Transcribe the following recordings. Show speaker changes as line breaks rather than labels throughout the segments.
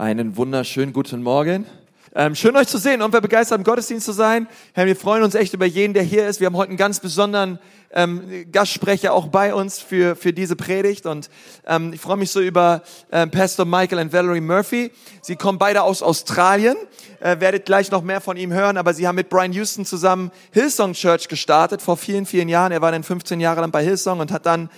Einen wunderschönen guten Morgen. Ähm, schön euch zu sehen und wir begeistert im Gottesdienst zu sein. Herr, wir freuen uns echt über jeden, der hier ist. Wir haben heute einen ganz besonderen ähm, Gastsprecher auch bei uns für, für diese Predigt und ähm, ich freue mich so über ähm, Pastor Michael und Valerie Murphy. Sie kommen beide aus Australien, äh, werdet gleich noch mehr von ihm hören, aber sie haben mit Brian Houston zusammen Hillsong Church gestartet vor vielen, vielen Jahren. Er war dann 15 Jahre lang bei Hillsong und hat dann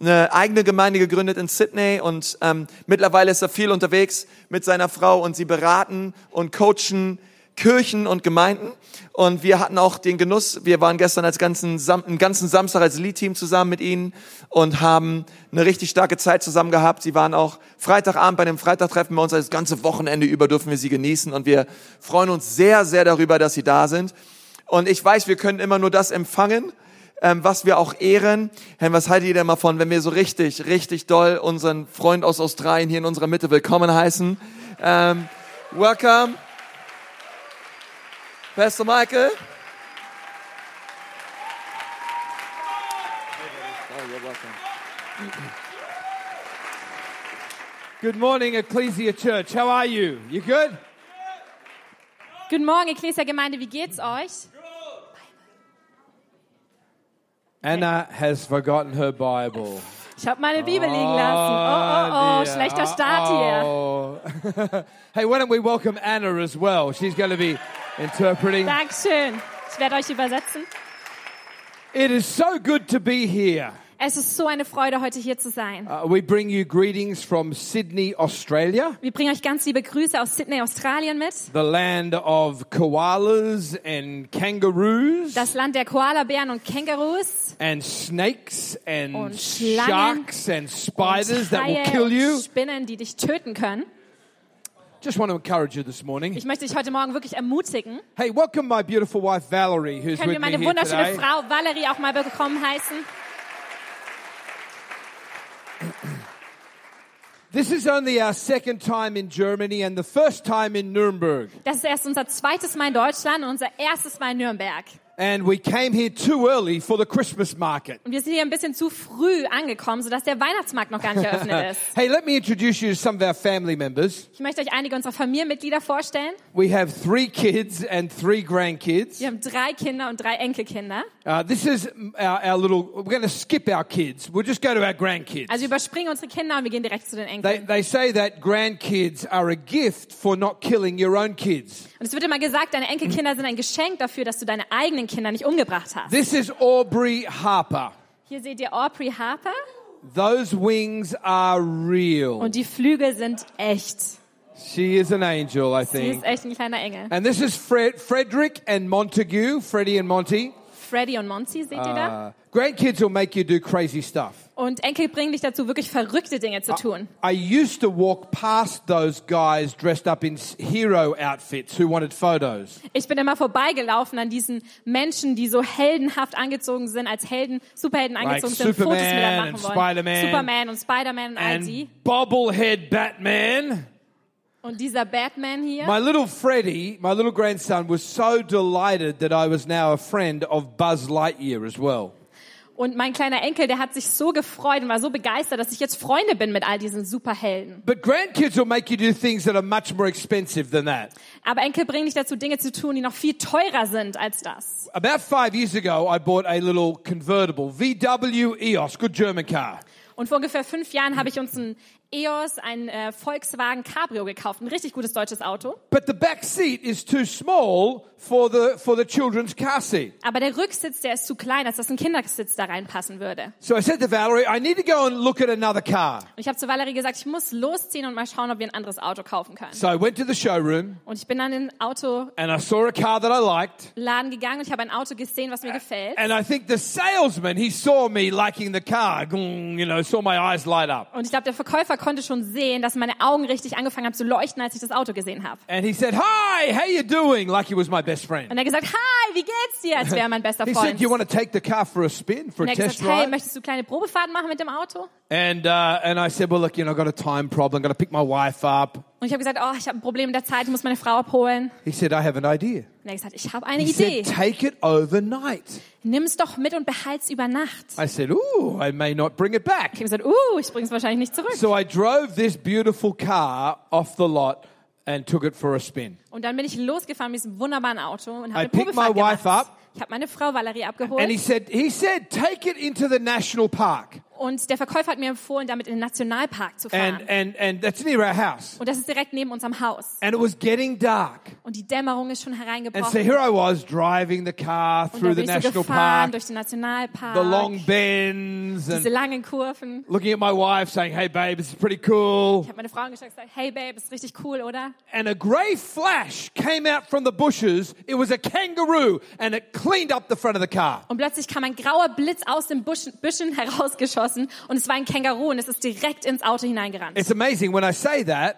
eine eigene Gemeinde gegründet in Sydney und ähm, mittlerweile ist er viel unterwegs mit seiner Frau und sie beraten und coachen Kirchen und Gemeinden. Und wir hatten auch den Genuss, wir waren gestern als ganzen, Sam einen ganzen Samstag als Lead-Team zusammen mit ihnen und haben eine richtig starke Zeit zusammen gehabt. Sie waren auch Freitagabend bei dem Freitagtreffen bei uns, also das ganze Wochenende über dürfen wir sie genießen und wir freuen uns sehr, sehr darüber, dass sie da sind. Und ich weiß, wir können immer nur das empfangen, ähm, was wir auch ehren. Herr, was haltet ihr denn mal von, wenn wir so richtig, richtig doll unseren Freund aus Australien hier in unserer Mitte willkommen heißen? Ähm, welcome, Pastor Michael.
Good morning, Ecclesia Church. How are you? You good?
Guten Morgen, Ecclesia-Gemeinde, wie geht's euch?
Anna has forgotten her Bible.
Ich habe meine Bibel liegen lassen. Oh, oh, oh,
Ah, dear.
schlechter Start hier.
Oh. hey, why don't we welcome Anna as well? She's going to be interpreting.
Dankeschön. Ich werde euch übersetzen.
It is so good to be here.
Es ist so eine Freude, heute hier zu sein.
Uh, we bring you greetings from Sydney, Australia,
Wir bringen euch ganz liebe Grüße aus Sydney, Australien mit.
the land of koalas and kangaroos
Das Land der Koalabären und Kängurus
and snakes and
Und Schlangen
sharks and spiders
und
that will
Haie
kill you.
und Spinnen, die dich töten können.
Just want to encourage you this morning.
Ich möchte dich heute Morgen wirklich ermutigen.
Hey, welcome my beautiful wife Valerie, who's
Können
with
wir meine
me here today.
wunderschöne Frau Valerie auch mal willkommen heißen?
This is only our second time in Germany and the first time in Nuremberg.
Das ist erst unser zweites Mal in Deutschland und unser erstes Mal in Nürnberg.
And we came here too early for the Christmas market.
Und wir sind hier ein bisschen zu früh angekommen, sodass der Weihnachtsmarkt noch gar nicht eröffnet ist.
Hey, let me introduce you to some of our family members.
Ich möchte euch einige unserer Familienmitglieder vorstellen.
We have three kids and three
Wir
grandkids.
haben drei Kinder und drei Enkelkinder.
Uh, this is our, our little, we're going to skip our kids. We'll just go to our grandkids.
Also wir überspringen unsere Kinder und wir gehen direkt zu den
They,
Enkeln.
they say that grandkids are a gift for not killing your own kids.
Und es wird immer gesagt, deine Enkelkinder sind ein Geschenk dafür, dass du deine eigenen Kinder nicht umgebracht hast.
This is Aubrey Harper.
Hier seht ihr Aubrey Harper
Those wings are real.
und die Flügel sind echt.
She is an angel, I
Sie
think.
ist echt ein kleiner Engel.
And this is Fred, Frederick and Montague, Freddie and Monty.
Freddy und Monty seht ihr da.
Uh, grandkids will make you do crazy stuff.
Und Enkel bringen dich dazu, wirklich verrückte Dinge zu tun.
I used to walk past those guys dressed up in s- hero outfits who wanted photos.
Ich bin immer vorbeigelaufen an diesen Menschen, die so heldenhaft angezogen sind, als Helden, Superhelden angezogen sind,
Superman
Fotos mit dann machen
and
wollen.
Spider-Man.
Superman und Spider-Man und all die.
And bobblehead Batman.
Und dieser Batman hier.
My little Freddie, my little grandson, was so delighted that I was now a friend of Buzz Lightyear as well.
Und mein kleiner Enkel, der hat sich so gefreut und war so begeistert, dass ich jetzt Freunde bin mit all diesen Superhelden.
But grandkids will make you do things that are much more expensive than that.
Aber Enkel bringen dich dazu, Dinge zu tun, die noch viel teurer sind als das.
About five years ago, I bought a little convertible VW EOS, good German car.
Und vor ungefähr fünf Jahren habe ich uns einen EOS, ein äh, Volkswagen Cabrio gekauft. Ein richtig gutes deutsches Auto.
But the back seat is too small for the for the children's car seat.
Aber der Rücksitz, der ist zu klein, als dass ein Kindersitz da reinpassen würde.
So I said to Valerie, I need to go and look at another car.
Und ich habe zu Valerie gesagt, ich muss losziehen und mal schauen, ob wir ein anderes Auto kaufen können.
So I went to the showroom
Und ich bin dann in den Autoladen
and I saw a car that I liked.
gegangen und ich habe ein Auto gesehen, was mir gefällt.
And I think the salesman, he saw me liking the car, Gung, you know, saw my eyes light up.
Und ich glaube, der Verkäufer konnte schon sehen, dass meine Augen richtig angefangen haben zu leuchten, als ich das Auto gesehen habe.
And he said, "Hi, how you doing?" like he was my best
Und
friend.
er hat gesagt, hi, wie geht's dir? Als wäre er mein bester
He
Freund.
said, "You
Und
want to take the car for a spin, for a
er hat
test
gesagt, hey,
drive?"
möchtest du kleine Probefahrten machen mit dem Auto?
And, uh, and I said, well, look, you know, I've got a time problem. I've got to pick my wife up.
Und ich habe gesagt, oh, ich habe ein Problem mit der Zeit, ich muss meine Frau abholen.
He said, I have an idea.
Und er hat gesagt, ich habe eine
He
Idee.
said, take it overnight.
Nimm's doch mit und behalt's über Nacht. Ich
I said, ooh, I may not bring it back.
habe gesagt, uh, ich bring's wahrscheinlich nicht zurück.
So I drove this beautiful car off the lot and took it for a spin.
Und dann bin ich losgefahren mit diesem wunderbaren Auto und habe
I
eine
picked
Probefahrt
my wife
gemacht.
up.
Ich habe meine Frau Valerie
And he
abgeholt
said, he said, take it into the national park.
und der Verkäufer hat mir empfohlen, damit in den Nationalpark zu
And,
fahren.
and, and that's near our house.
Und das ist direkt neben unserem Haus.
And it was getting dark.
Und die Dämmerung ist schon
And so
hereingebrochen.
here I was driving the car
Und dann
through the
bin ich so
national
gefahren
park,
durch den Nationalpark,
the long bends,
diese
and
langen Kurven.
looking at my wife saying, hey babe, this is pretty cool.
Ich habe meine Frau angeschaut und gesagt, hey Babe, ist richtig cool, oder?
And a grey flash came out from the bushes. It was a kangaroo and it cleaned up the front of the car.
Und plötzlich kam ein grauer Blitz aus den Buschen, Büschen herausgeschossen und es war ein Känguru und es ist direkt ins Auto hineingerannt.
It's amazing when I say that,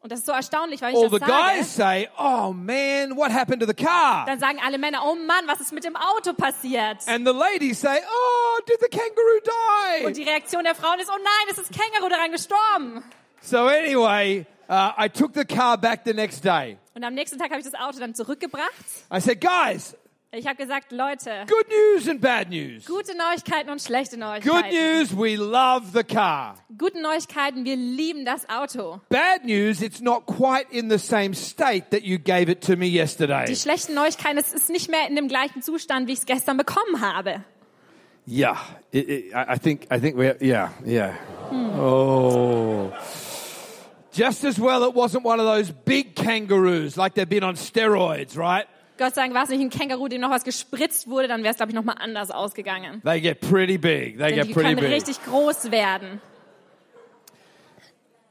und das ist so erstaunlich, weil
all
ich
the
das sage.
guys say, "Oh man, what happened to the car?"
Dann sagen alle Männer, oh Mann, was ist mit dem Auto passiert?
And the ladies say, "Oh, did the kangaroo
Und
die?"
die Reaktion der Frauen ist, oh nein, es ist Känguru daran gestorben.
So anyway, uh, I took the car back the next day.
Und am nächsten Tag habe ich das Auto dann zurückgebracht.
I said, "Guys,
Ich habe gesagt, Leute,
good news and bad news.
gute Neuigkeiten und schlechte
Good
Neuigkeiten.
news, we love the car.
Gute Neuigkeiten, wir lieben das Auto.
Bad news, it's not quite in the same state that you gave it to me yesterday."
Die schlechten Neuigkeiten, es ist nicht mehr in dem gleichen Zustand, wie ich es gestern bekommen habe.
Yeah, it, it, I I think I think we yeah yeah. Oh, just as well it wasn't one of those big kangaroos like they've been on steroids, right?
Gott sei Dank war es nicht ein Känguru, dem noch was gespritzt wurde, dann wäre es, glaube ich, nochmal anders ausgegangen.
They get pretty big. They
Denn
get
die
pretty
können
big.
richtig groß werden.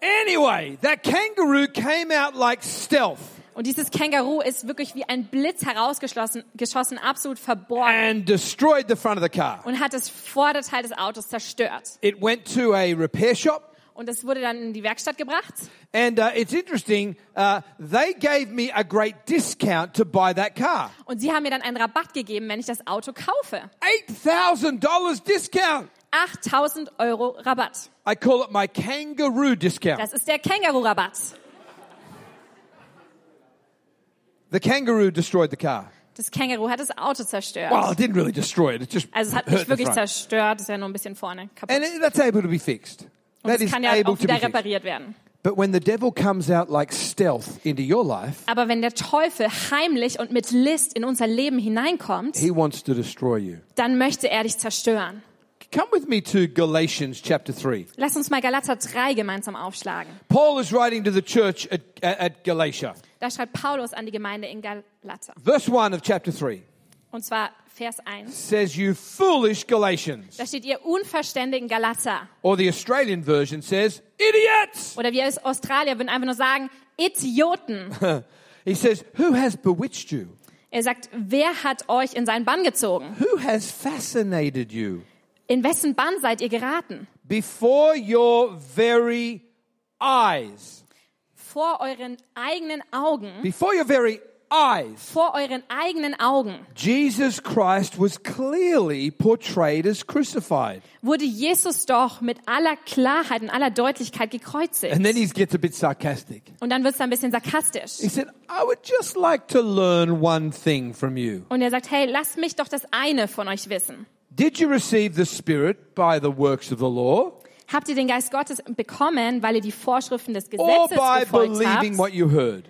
Anyway, that kangaroo came out like stealth
Und dieses Känguru ist wirklich wie ein Blitz herausgeschossen, geschossen, absolut verborgen.
and destroyed the front of the car.
und hat das Vorderteil des Autos zerstört.
It went to a repair shop,
Und es wurde dann in die Werkstatt gebracht.
and uh, it's interesting. Uh, they gave me a great discount to buy that car.
Und sie haben mir dann einen Rabatt gegeben, wenn ich das Auto kaufe.
Eight thousand dollars discount.
8000 Euro Rabatt.
I call it my kangaroo discount.
Das ist der Känguru-Rabatt.
The kangaroo destroyed the car.
Das Känguru hat das Auto zerstört.
Well, it didn't really destroy it. It just
Also es hat
hurt
nicht
the
wirklich
front.
zerstört, ist ja nur ein bisschen vorne kaputt.
And it, that's able to be fixed.
Und
That
es
is
kann ja
able to
auch
be
wieder
fixed.
repariert werden.
But when the devil comes out like stealth into your life,
Aber wenn der Teufel heimlich und mit List in unser Leben hineinkommt,
he wants to destroy you.
dann möchte er dich zerstören.
Come with me to Galatians chapter 3.
Lass uns mal Galater 3 gemeinsam aufschlagen.
Paul is writing to the church at, at, at Galatia.
Da schreibt Paulus an die Gemeinde in Galater.
Verse 1 of chapter 3
Und zwar Vers 1.
says, You foolish Galatians.
Da steht ihr unverständigen Galater.
Or the Australian version says, Idiots!
Oder wir als Australier würden einfach nur sagen, Idioten.
He says, Who has bewitched you?
Er sagt, wer hat euch in seinen Bann gezogen?
Who has fascinated you?
In wessen Bann seid ihr geraten?
before your very eyes.
Vor euren eigenen Augen,
Before your very eyes.
vor euren eigenen Augen
Jesus Christ was clearly portrayed as crucified.
wurde Jesus doch mit aller Klarheit und aller Deutlichkeit gekreuzigt.
And then he gets a bit sarcastic.
Und dann wird es ein bisschen
He
sarkastisch.
said, I would just like to learn one thing from you.
Und er sagt, hey, lasst mich doch das eine von euch wissen.
Did you receive the Spirit by the works of the law
Habt ihr den Geist Gottes bekommen, weil ihr die Vorschriften des
or
Gesetzes
Oh, by
befolgt habt?
believing what you heard?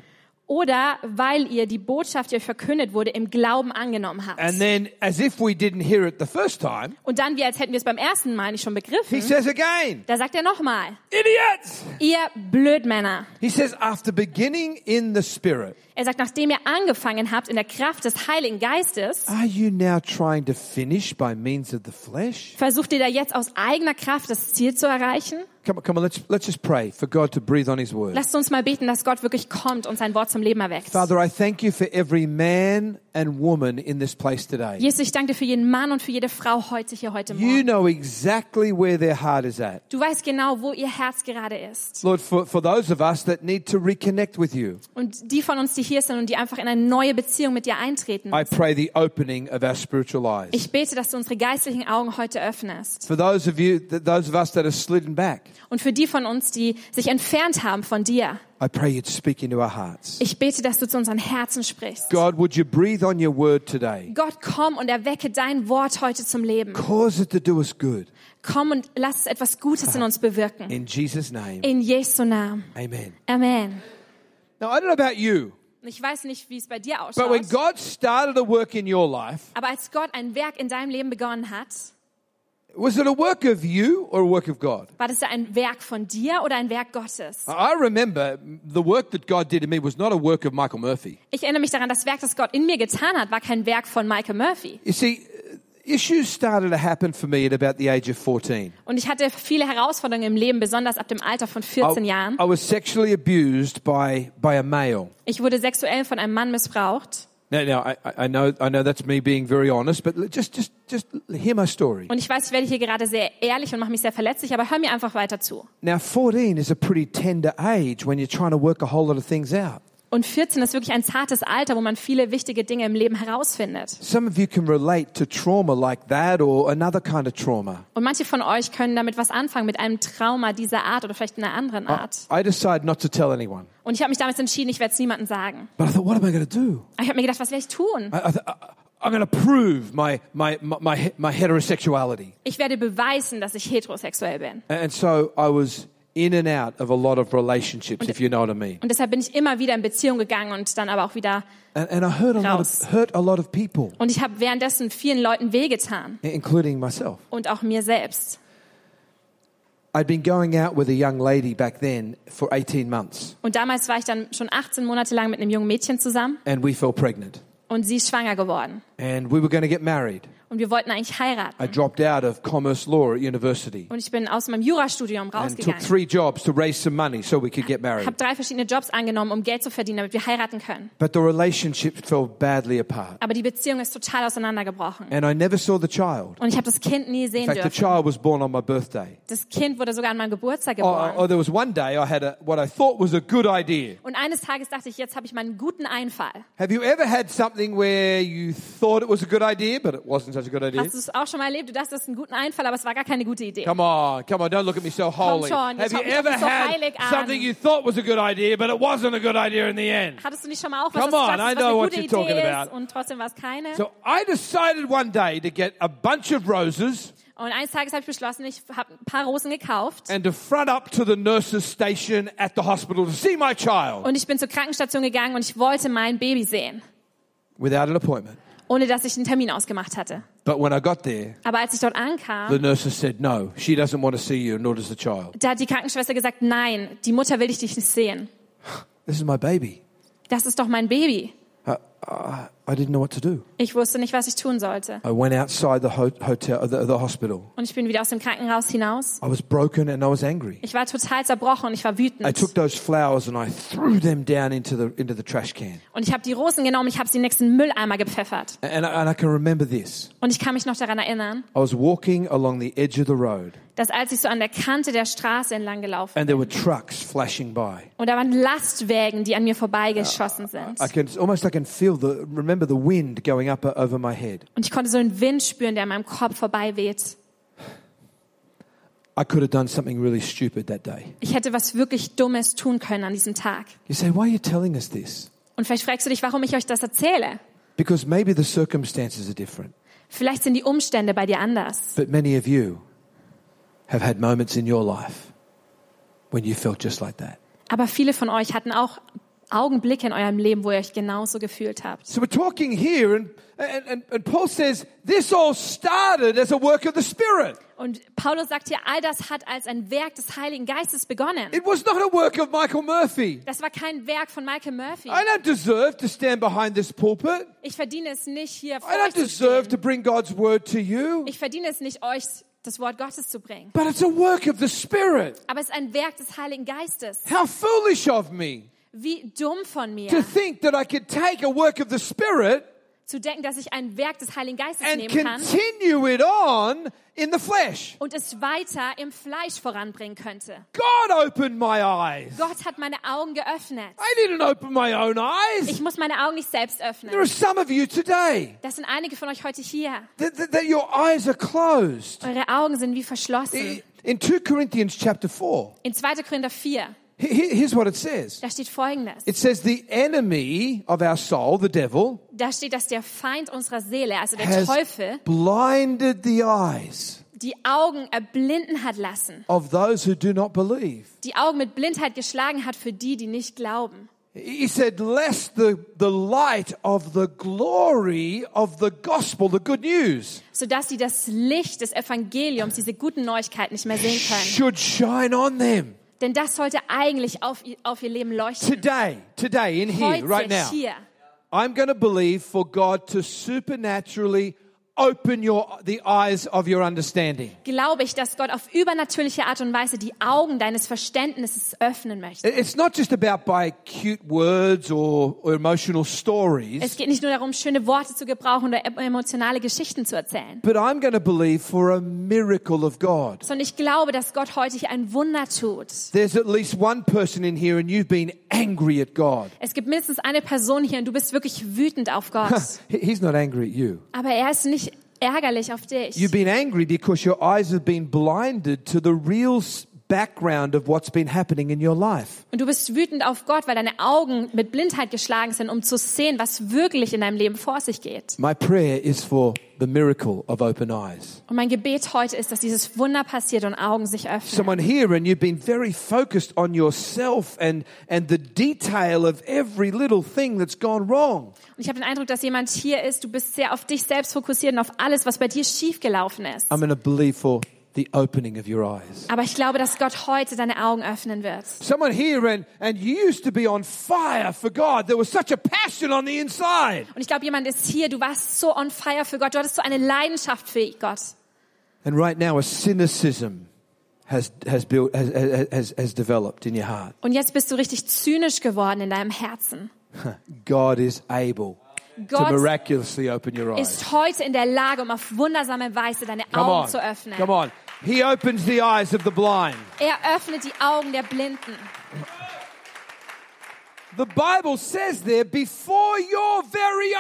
oder weil ihr die Botschaft, die euch verkündet wurde, im Glauben angenommen habt.
And then, as if we didn't hear it the first time,
Und dann, wie als hätten wir es beim ersten Mal nicht schon
he
begriffen,
says again,
da sagt er nochmal,
Idiots!
ihr Blödmänner.
He says, after beginning in the Spirit,
Er sagt, nachdem ihr angefangen habt in der Kraft des Heiligen Geistes,
Are you now trying to finish by means of the flesh?
versucht ihr da jetzt aus eigener Kraft das Ziel zu erreichen?
Come on, come on. Let's let's just pray for God to breathe on His word.
Lasst uns mal beten, dass Gott wirklich kommt und sein Wort zum Leben erweckt.
Father, I thank you for every man and woman in this place today.
Jesus, ich danke dir für jeden Mann und für jede Frau heute hier heute
You
Morgen.
know exactly where their heart is at.
Du weißt genau, wo ihr Herz gerade ist.
Lord, for, for those of us that need to reconnect with you,
Und die von uns, die hier sind und die einfach in eine neue Beziehung mit dir eintreten.
I pray the opening of our spiritual eyes.
Ich bete, dass du unsere geistlichen Augen heute öffnest.
For those of you, th- those of us that are slidden back,
Und für die von uns, die sich entfernt haben von dir.
I pray you'd speak into our hearts.
Ich bete, dass du zu unseren Herzen sprichst.
God, would you breathe on your word today?
Gott, komm und erwecke dein Wort heute zum Leben.
Cause it to do us good.
Komm und lass es etwas Gutes in uns bewirken.
In Jesus' name,
In Jesu Namen.
amen.
Amen.
Now, I don't know about you,
Und Ich weiß nicht, wie es bei dir
but when
ausschaut,
God started a work in your life,
aber als Gott ein Werk in deinem Leben begonnen hat,
was it a work of you or a work of God?
war das ein Werk von dir oder ein Werk Gottes?
I I remember the work that God did in me was not a work of Michael Murphy.
Ich erinnere mich daran, das Werk, das Gott in mir getan hat, war kein Werk von Michael Murphy.
You see, uh, issues started to happen for me at about the age of 14.
Und ich hatte viele Herausforderungen im Leben, besonders ab dem Alter von 14
I,
Jahren.
I was sexually abused by, by a male.
Ich wurde sexuell von einem Mann missbraucht.
Now, now I, I- I know I know that's me being very honest, but l- just just just hear my story.
Und ich weiß, ich werde hier gerade sehr ehrlich und mache mich sehr verletzlich, aber hör mir einfach weiter zu.
Now, 14 is a pretty tender age when you're trying to work a whole lot of things out.
Und 14 ist wirklich ein zartes Alter, wo man viele wichtige Dinge im Leben herausfindet.
Some of you can relate to trauma like that or another kind of trauma.
Und manche von euch können damit was anfangen, mit einem Trauma dieser Art oder vielleicht einer anderen
Ah.
Art.
I decide not to tell anyone,
Und ich habe mich damals entschieden, ich werde es niemandem sagen.
but I thought, what am I going to do?
Aber ich habe mir gedacht, was werde ich tun?
I, I th- I, I'm going to prove my my my my, he- my heterosexuality,
Ich werde beweisen, dass ich heterosexuell bin.
and so I was in and out of a lot of relationships, if you know what I mean.
Und deshalb bin ich immer wieder in Beziehung gegangen und dann aber auch wieder.
And, and I hurt a lot of
Raus.
hurt a lot of people,
Und ich habe währenddessen vielen Leuten wehgetan
i- including myself.
und auch mir selbst.
I'd been going out with a young lady back then for 18 months,
Und damals war ich dann schon 18 Monate lang mit einem jungen Mädchen zusammen
and we fell pregnant.
und sie ist schwanger geworden.
And we were going to get married.
Und wir wollten eigentlich heiraten.
I dropped out of commerce law at university
Und ich bin aus meinem Jurastudium
and took
rausgegangen,
three jobs to raise some money so we could get married.
habe drei verschiedene Jobs angenommen, um Geld zu verdienen, damit wir heiraten können.
But the relationship fell badly apart,
Aber die Beziehung ist total auseinandergebrochen.
and I never saw the child.
Und ich habe das Kind nie
In
sehen
fact, the
dürfen.
child was born on my birthday.
Das Kind wurde sogar an meinem Geburtstag
Oh, oh,
geboren.
oh, there was one day I had a, what I thought was a good idea.
Und eines Tages dachte ich, jetzt habe ich meinen guten Einfall.
Have you ever had something where you thought it was a good idea, but it wasn't such a good idea?
Hast du es auch schon mal erlebt? Du dachtest, das ist ein guter Einfall, aber es war gar keine gute Idee.
Come on, come on, don't look at me so holy.
schon,
Have
jetzt
you
hau mich doch
ever
nicht so
had
heilig an.
something you thought was a good idea, but it wasn't a good idea in the end?
Hattest du nicht schon mal auch was,
Come
dass
on,
du dachtest,
I know
was
what you're
eine gute
talking
Idee ist
about.
und trotzdem war es keine?
So I decided one day to get a bunch of roses
und eines Tages habe ich beschlossen, ich habe ein paar Rosen gekauft
and to front up to the nurse's station at the hospital to see my child
und ich bin zur Krankenstation gegangen und ich wollte mein Baby sehen,
without an appointment.
ohne dass ich einen Termin ausgemacht hatte.
But when I got there,
Aber als ich dort
the
ankam,
nurses said, no, she doesn't want to see you, nor does the child.
da hat die Krankenschwester gesagt, nein, die Mutter will dich nicht sehen.
This is my baby.
Das ist doch mein Baby.
I, I, I didn't know what to do.
Ich wusste nicht, was ich tun sollte.
I went outside the ho- hotel, the, the hospital.
Und ich bin wieder aus dem Krankenhaus hinaus.
I was broken and I was angry.
Ich war total zerbrochen und ich war
I
wütend.
took those flowers and I threw them down into the into the trash can.
Und ich habe die Rosen genommen, ich habe sie in den nächsten Mülleimer gepfeffert.
And I, and I can remember this.
Und ich kann mich noch daran erinnern,
I was walking along the edge of the road,
dass als ich so an der Kante der Straße entlang gelaufen
and there were trucks flashing by.
Und da waren Lastwägen, die an mir vorbeigeschossen sind.
I can it's almost I can feel the remember the wind going up o- over my head.
Und ich konnte so einen Wind spüren, der an meinem Kopf vorbei weht.
I could have done something really stupid that day.
Ich hätte was wirklich Dummes tun können an diesem Tag.
You say, why are you telling us this?
Und vielleicht fragst du dich, warum ich euch das erzähle.
Because maybe the circumstances are different,
Vielleicht sind die Umstände bei dir anders.
but many of you have had moments in your life when you felt just like that.
Aber viele von euch hatten auch Augenblicke in eurem Leben, wo ihr euch genauso gefühlt habt.
So we're talking here, and, and, and, and Paul says this all started as a work of the Spirit.
Und Paulus sagt hier, all das hat als ein Werk des Heiligen Geistes begonnen.
It was not a work of Michael Murphy.
Das war kein Werk von Michael Murphy.
I don't deserve to stand behind this pulpit.
Ich verdiene es nicht, hier vor
I
euch
don't
zu
deserve to
stehen.
bring God's word to you.
Ich verdiene es nicht, euch das Wort Gottes zu bringen.
But it's a work of the Spirit.
Aber es ist ein Werk des Heiligen Geistes.
How foolish of me
Wie dumm von mir,
to think that I could take a work of the Spirit
zu denken, dass ich ein Werk des Heiligen Geistes
and
nehmen kann
continue it on in the flesh.
und es weiter im Fleisch voranbringen könnte.
God opened my eyes.
Gott hat meine Augen geöffnet.
I didn't open my own eyes.
Ich muss meine Augen nicht selbst
There are
öffnen.
some of you today
Das sind einige von euch heute hier.
that, that, that your eyes are closed.
Eure Augen sind wie verschlossen.
I- In 2 Corinthians chapter 4,
In 2. Korinther 4,
he- he- here's what it says.
da steht folgendes.
It says the enemy of our soul, the devil,
Da steht, dass der Feind unserer Seele, also der
has
Teufel,
blinded the eyes
die Augen erblinden hat lassen.
of those who do not believe.
Die Augen mit Blindheit geschlagen hat für die, die nicht glauben.
He said, lest the, the light of the glory of the gospel, the good news,
Sodass sie das Licht des Evangeliums, diese guten Neuigkeiten nicht mehr sehen können.
should shine on them.
Denn das sollte eigentlich auf, ihr- auf ihr Leben leuchten.
Today, today, in here, right
Heute,
now,
hier.
I'm going to believe for God to supernaturally open your, the eyes of your understanding.
glaube ich, dass Gott auf übernatürliche Art und Weise die Augen deines Verständnisses öffnen möchte.
It- It's not just about by cute words or, or emotional
Es
stories,
geht nicht nur darum, schöne Worte zu gebrauchen oder emotionale Geschichten zu erzählen,
but I'm going to believe for a miracle of God.
sondern ich glaube, dass Gott heute hier ein Wunder tut.
There's at least one person in here and you've been angry at God.
Es gibt mindestens eine Person hier und du bist wirklich wütend auf Gott.
He- He's not angry at you.
Aber er ist nicht ärgerlich auf
You've
dich.
been angry because your eyes have been blinded to the real s- background of what's been happening in your life.
Und du bist wütend auf Gott, weil deine Augen mit Blindheit geschlagen sind, um zu sehen, was wirklich in deinem Leben vor sich geht.
My prayer is for the miracle of open eyes.
Und mein Gebet heute ist, dass dieses Wunder passiert und Augen sich öffnen.
Someone here and you've been very focused on yourself and, and the detail of every little thing that's gone wrong.
Und ich habe den Eindruck, dass jemand hier ist, du bist sehr auf dich selbst fokussiert und auf alles, was bei dir schiefgelaufen ist.
I'm going to believe for the opening of your eyes.
Aber ich glaube, dass Gott heute deine Augen öffnen wird.
Someone here and, and you used to be on fire for God. There was such a passion on the inside.
Und ich glaube, jemand ist hier, du warst so on fire für Gott, du hattest so eine Leidenschaft für Gott.
And right now, a cynicism has, has, built, has, has, has, has developed in your heart.
Und jetzt bist du richtig zynisch geworden in deinem Herzen.
God is able to
Gott
miraculously open your eyes.
ist heute in der Lage, um auf wundersame Weise deine
Come
Augen
on.
zu öffnen.
Come on. He opens the eyes of the blind.
Er öffnet die Augen der Blinden.
The Bible says there, before your very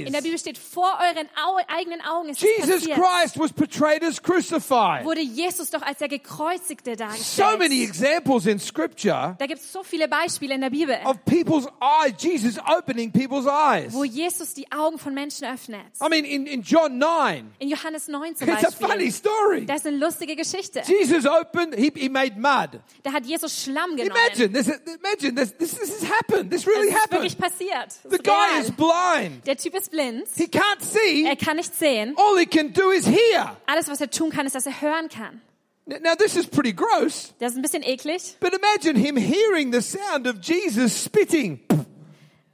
In der
eyes,
Bibel steht, vor euren Au eigenen Augen ist es
Jesus
passiert.
Christ was portrayed as crucified.
Wurde Jesus doch als der Gekreuzigte
So many
dargestellt.
examples in Scripture
Da gibt es so viele Beispiele in der Bibel,
of people's eyes, Jesus opening people's eyes.
wo Jesus die Augen von Menschen öffnet.
I mean, in, in John 9,
In Johannes 9 zum
it's a funny
Beispiel.
story.
Da ist eine lustige Geschichte.
Jesus opened, he, he made mud.
Da hat Jesus Schlamm genommen.
Imagine, this, imagine this, this, this has happened. This
Das
really
ist wirklich
happened.
passiert. Das
The
ist
guy is
real.
blind.
Der Typ ist blind.
He Oh. can't see.
Er kann nicht sehen.
All he can do is hear.
Alles, was er tun kann, ist, dass er hören kann.
N- Now, this is pretty gross,
Das ist ein bisschen eklig.
but imagine him hearing the sound of Jesus spitting.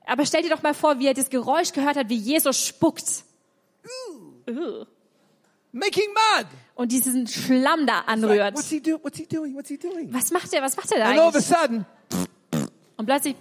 Aber stell dir doch mal vor, wie er das Geräusch gehört hat, wie Jesus spuckt. Uh.
Making mud.
Und diesen Schlamm da
Like,
anrührt.
what's he doing? What's he doing? What's he doing?
Was macht er? Was macht er da
And all of a
eigentlich?
sudden,
Und plötzlich,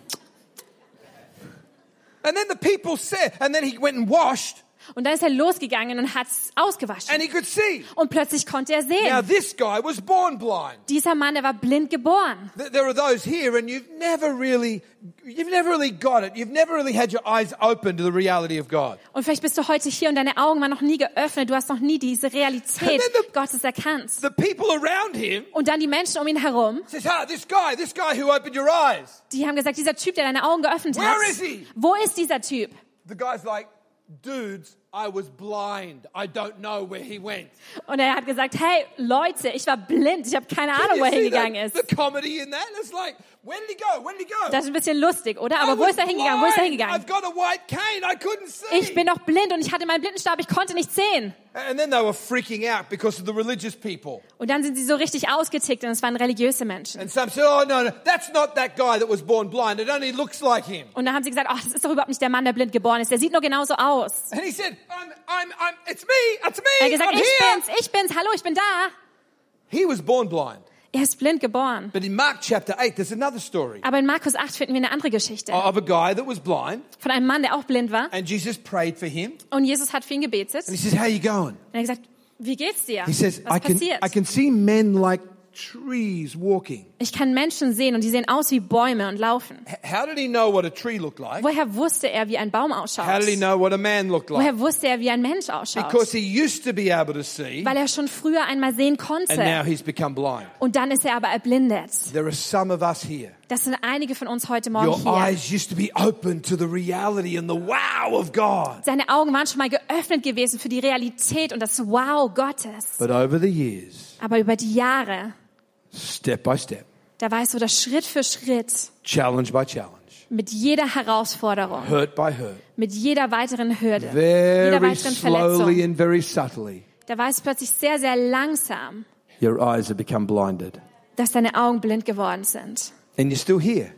and then the people said, and then he went and washed,
und dann ist er losgegangen und hat's
and
ausgewaschen.
he could see.
Und plötzlich konnte er
Now,
sehen.
this guy was born blind.
Dieser Mann, der war blind geboren.
Th- There are those here, and you've never really, you've never really got it. You've never really had your eyes open to the reality of God.
Und vielleicht bist du heute hier und deine Augen waren noch nie geöffnet. Du hast noch nie diese Realität
And then the-
Gottes erkannt.
The people around him
Und dann die Menschen um ihn herum,
says, "Ah, this guy, this guy who opened your eyes."
die haben gesagt, dieser Typ, der deine Augen geöffnet hat,
Where is he?
wo ist dieser Typ?
The guy's like, "Dudes, I was blind. I don't know where he went."
Und er hat gesagt, hey Leute, ich war blind, ich habe keine
Can
Ahnung,
you
wo er
see
hingegangen
the,
ist.
the comedy in that? It's like, where did he go? Where did he go?
Das ist ein bisschen lustig, oder?
I
Aber wo
was
ist er hingegangen? Wo ist er
blind.
hingegangen?
I've got a white cane. I couldn't see.
Ich bin doch blind und ich hatte meinen Blindenstab, ich konnte nicht sehen.
and then they were freaking out because of the religious people.
Und dann sind sie so richtig ausgetickt und es waren religiöse Menschen.
And some said, "Oh no, no, that's not that guy that was born blind. It only looks like him."
Und dann haben sie gesagt, oh, das ist doch überhaupt nicht der Mann, der blind geboren ist. Der sieht nur genauso aus.
And he said, I'm, I'm, I'm, it's me, it's me,
Er hat gesagt,
I'm
ich
here.
bin's, ich bin's, hallo, ich bin da.
He was born blind.
Er ist blind geboren.
But in Mark chapter 8, there's another story
Aber in Markus 8 finden wir eine andere Geschichte
of a guy that was blind,
von einem Mann, der auch blind war.
and Jesus prayed for him.
Und Jesus hat für ihn
And
gebetet. Und
he says, How you going?
er hat gesagt, wie geht's dir?
He says, I
Was
can,
passiert?
I can see men like trees walking.
Ich kann Menschen sehen und die sehen aus wie Bäume und laufen.
H- How did he know what a tree looked like?
Woher wusste er, wie ein Baum
How
ausschaut?
did he know what a man looked like?
Woher wusste er, wie ein Mensch ausschaut?
Because he used to be able to see,
Weil er schon früher einmal sehen
and now
konnte.
he's become blind.
Und dann ist er aber erblindet.
There are some of us here.
Das sind einige von uns heute
Your
Morgen hier.
eyes used to be open to the reality and the wow of God.
Seine Augen waren schon mal geöffnet gewesen für die Realität und das Wow Gottes.
But over the years,
Aber über die Jahre,
step by step,
da weißt du, das Schritt für Schritt,
challenge by challenge,
mit jeder Herausforderung,
hurt by hurt,
mit jeder weiteren Hürde, jeder
very
weiteren
slowly
Verletzung,
and very subtly,
da weißt du plötzlich sehr, sehr langsam,
your eyes have become blinded.
dass deine Augen blind geworden sind.
And you're still here,